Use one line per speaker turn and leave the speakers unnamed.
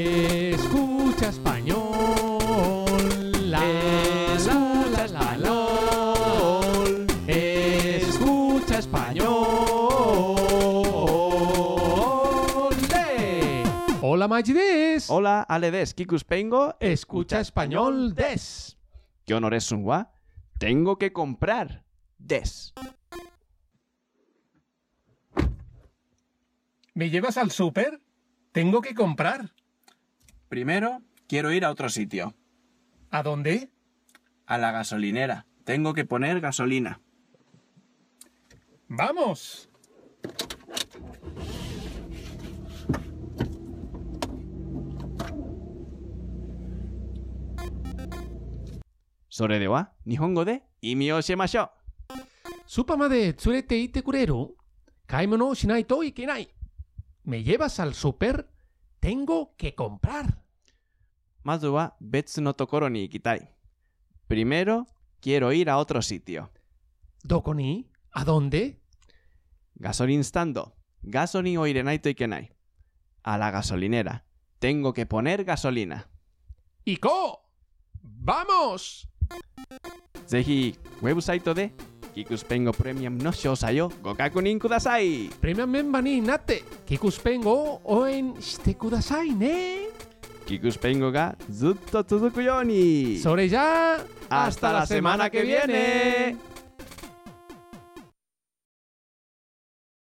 Escucha español. La, escucha español. Escucha español. de- Hola Magidés.
Hola, ale des, kikus pengo. eh,
Escucha español des.
¿Qué honores son gua? Tengo que comprar. Des.
¿Me llevas al súper? Tengo que comprar.
Primero, quiero ir a otro sitio,
¿A dónde?
a la gasolinera. Tengo que poner gasolina.
¡Vamos!
Sore de wa, nihongo de, y mío shemasho.
Supama de tsurete ite kurero. Kaimono shinai to ikenai. Me llevas al super. Tengo que comprar.
Mazu wa betsu no tokoro ni ikitai. Primero, quiero ir a otro sitio.
¿Dokoni? ¿A dónde?
Gasolin stando. Gasolin o irenai to ikenai. A la gasolinera. Tengo que poner gasolina.
¡Iko! ¡Vamos!
Zehi, website de Kikus Pengo Premium no shosai o gokakunin kudasai.
Premium member ni natte, kikuspengo o en shite kudasai ne.
Kikus Pengo ga zutto tsuzuku you ni.
Sore ya,
¡Hasta la semana que viene!